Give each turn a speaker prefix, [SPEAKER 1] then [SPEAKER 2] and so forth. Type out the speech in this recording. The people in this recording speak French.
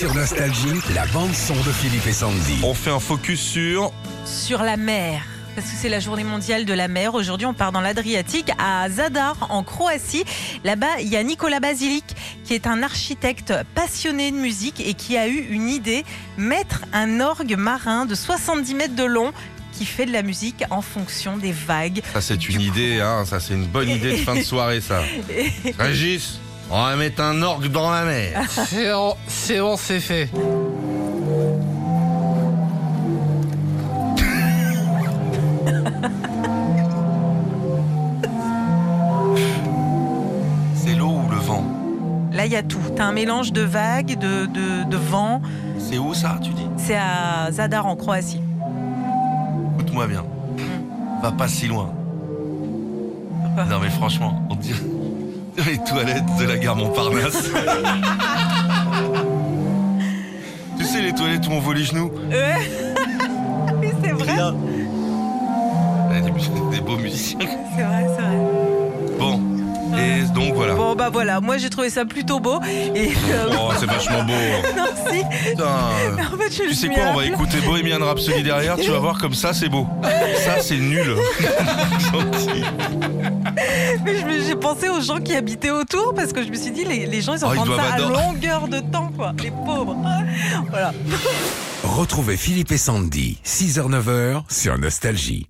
[SPEAKER 1] Sur Nostalgie, la bande-son de Philippe et Sandy.
[SPEAKER 2] On fait un focus sur.
[SPEAKER 3] sur la mer. Parce que c'est la journée mondiale de la mer. Aujourd'hui, on part dans l'Adriatique, à Zadar, en Croatie. Là-bas, il y a Nicolas Basilic, qui est un architecte passionné de musique et qui a eu une idée mettre un orgue marin de 70 mètres de long qui fait de la musique en fonction des vagues.
[SPEAKER 2] Ça, c'est une idée, hein. Ça, c'est une bonne idée de fin de soirée, ça. Régis, on va mettre un orgue dans la mer.
[SPEAKER 4] C'est bon, c'est bon, c'est fait.
[SPEAKER 2] C'est l'eau ou le vent
[SPEAKER 3] Là, il y a tout. T'as un mélange de vagues, de, de, de vent.
[SPEAKER 2] C'est où ça, tu dis
[SPEAKER 3] C'est à Zadar, en Croatie.
[SPEAKER 2] Écoute-moi bien.
[SPEAKER 3] Mm.
[SPEAKER 2] Va pas si loin.
[SPEAKER 3] Pourquoi
[SPEAKER 2] Non, mais franchement, on dirait les toilettes de la gare Montparnasse. tu sais, les toilettes où on voit les genoux
[SPEAKER 3] Ouais. Oui, c'est vrai,
[SPEAKER 2] Là. Il y a des- Des beaux musiciens.
[SPEAKER 3] c'est vrai, c'est vrai.
[SPEAKER 2] Bon. Et donc, voilà.
[SPEAKER 3] Bon bah voilà, moi j'ai trouvé ça plutôt beau et euh,
[SPEAKER 2] Oh, c'est vachement beau.
[SPEAKER 3] non si,
[SPEAKER 2] Putain.
[SPEAKER 3] en fait
[SPEAKER 2] Tu
[SPEAKER 3] je me
[SPEAKER 2] sais
[SPEAKER 3] suis
[SPEAKER 2] quoi,
[SPEAKER 3] mis
[SPEAKER 2] on va
[SPEAKER 3] à-
[SPEAKER 2] écouter Bohemian Rhapsody derrière, tu vas voir comme ça c'est beau. Ça c'est nul. Gentil.
[SPEAKER 3] Mais je me- j'ai pensé aux gens qui habitaient autour parce que je me suis dit les, les gens ils
[SPEAKER 2] Oh,
[SPEAKER 3] ont
[SPEAKER 2] ils
[SPEAKER 3] ça
[SPEAKER 2] doivent
[SPEAKER 3] à
[SPEAKER 2] adorer.
[SPEAKER 3] longueur de temps quoi, les pauvres. Voilà.
[SPEAKER 1] Retrouvez Philippe et Sandy, 6h-9h, sur Nostalgie.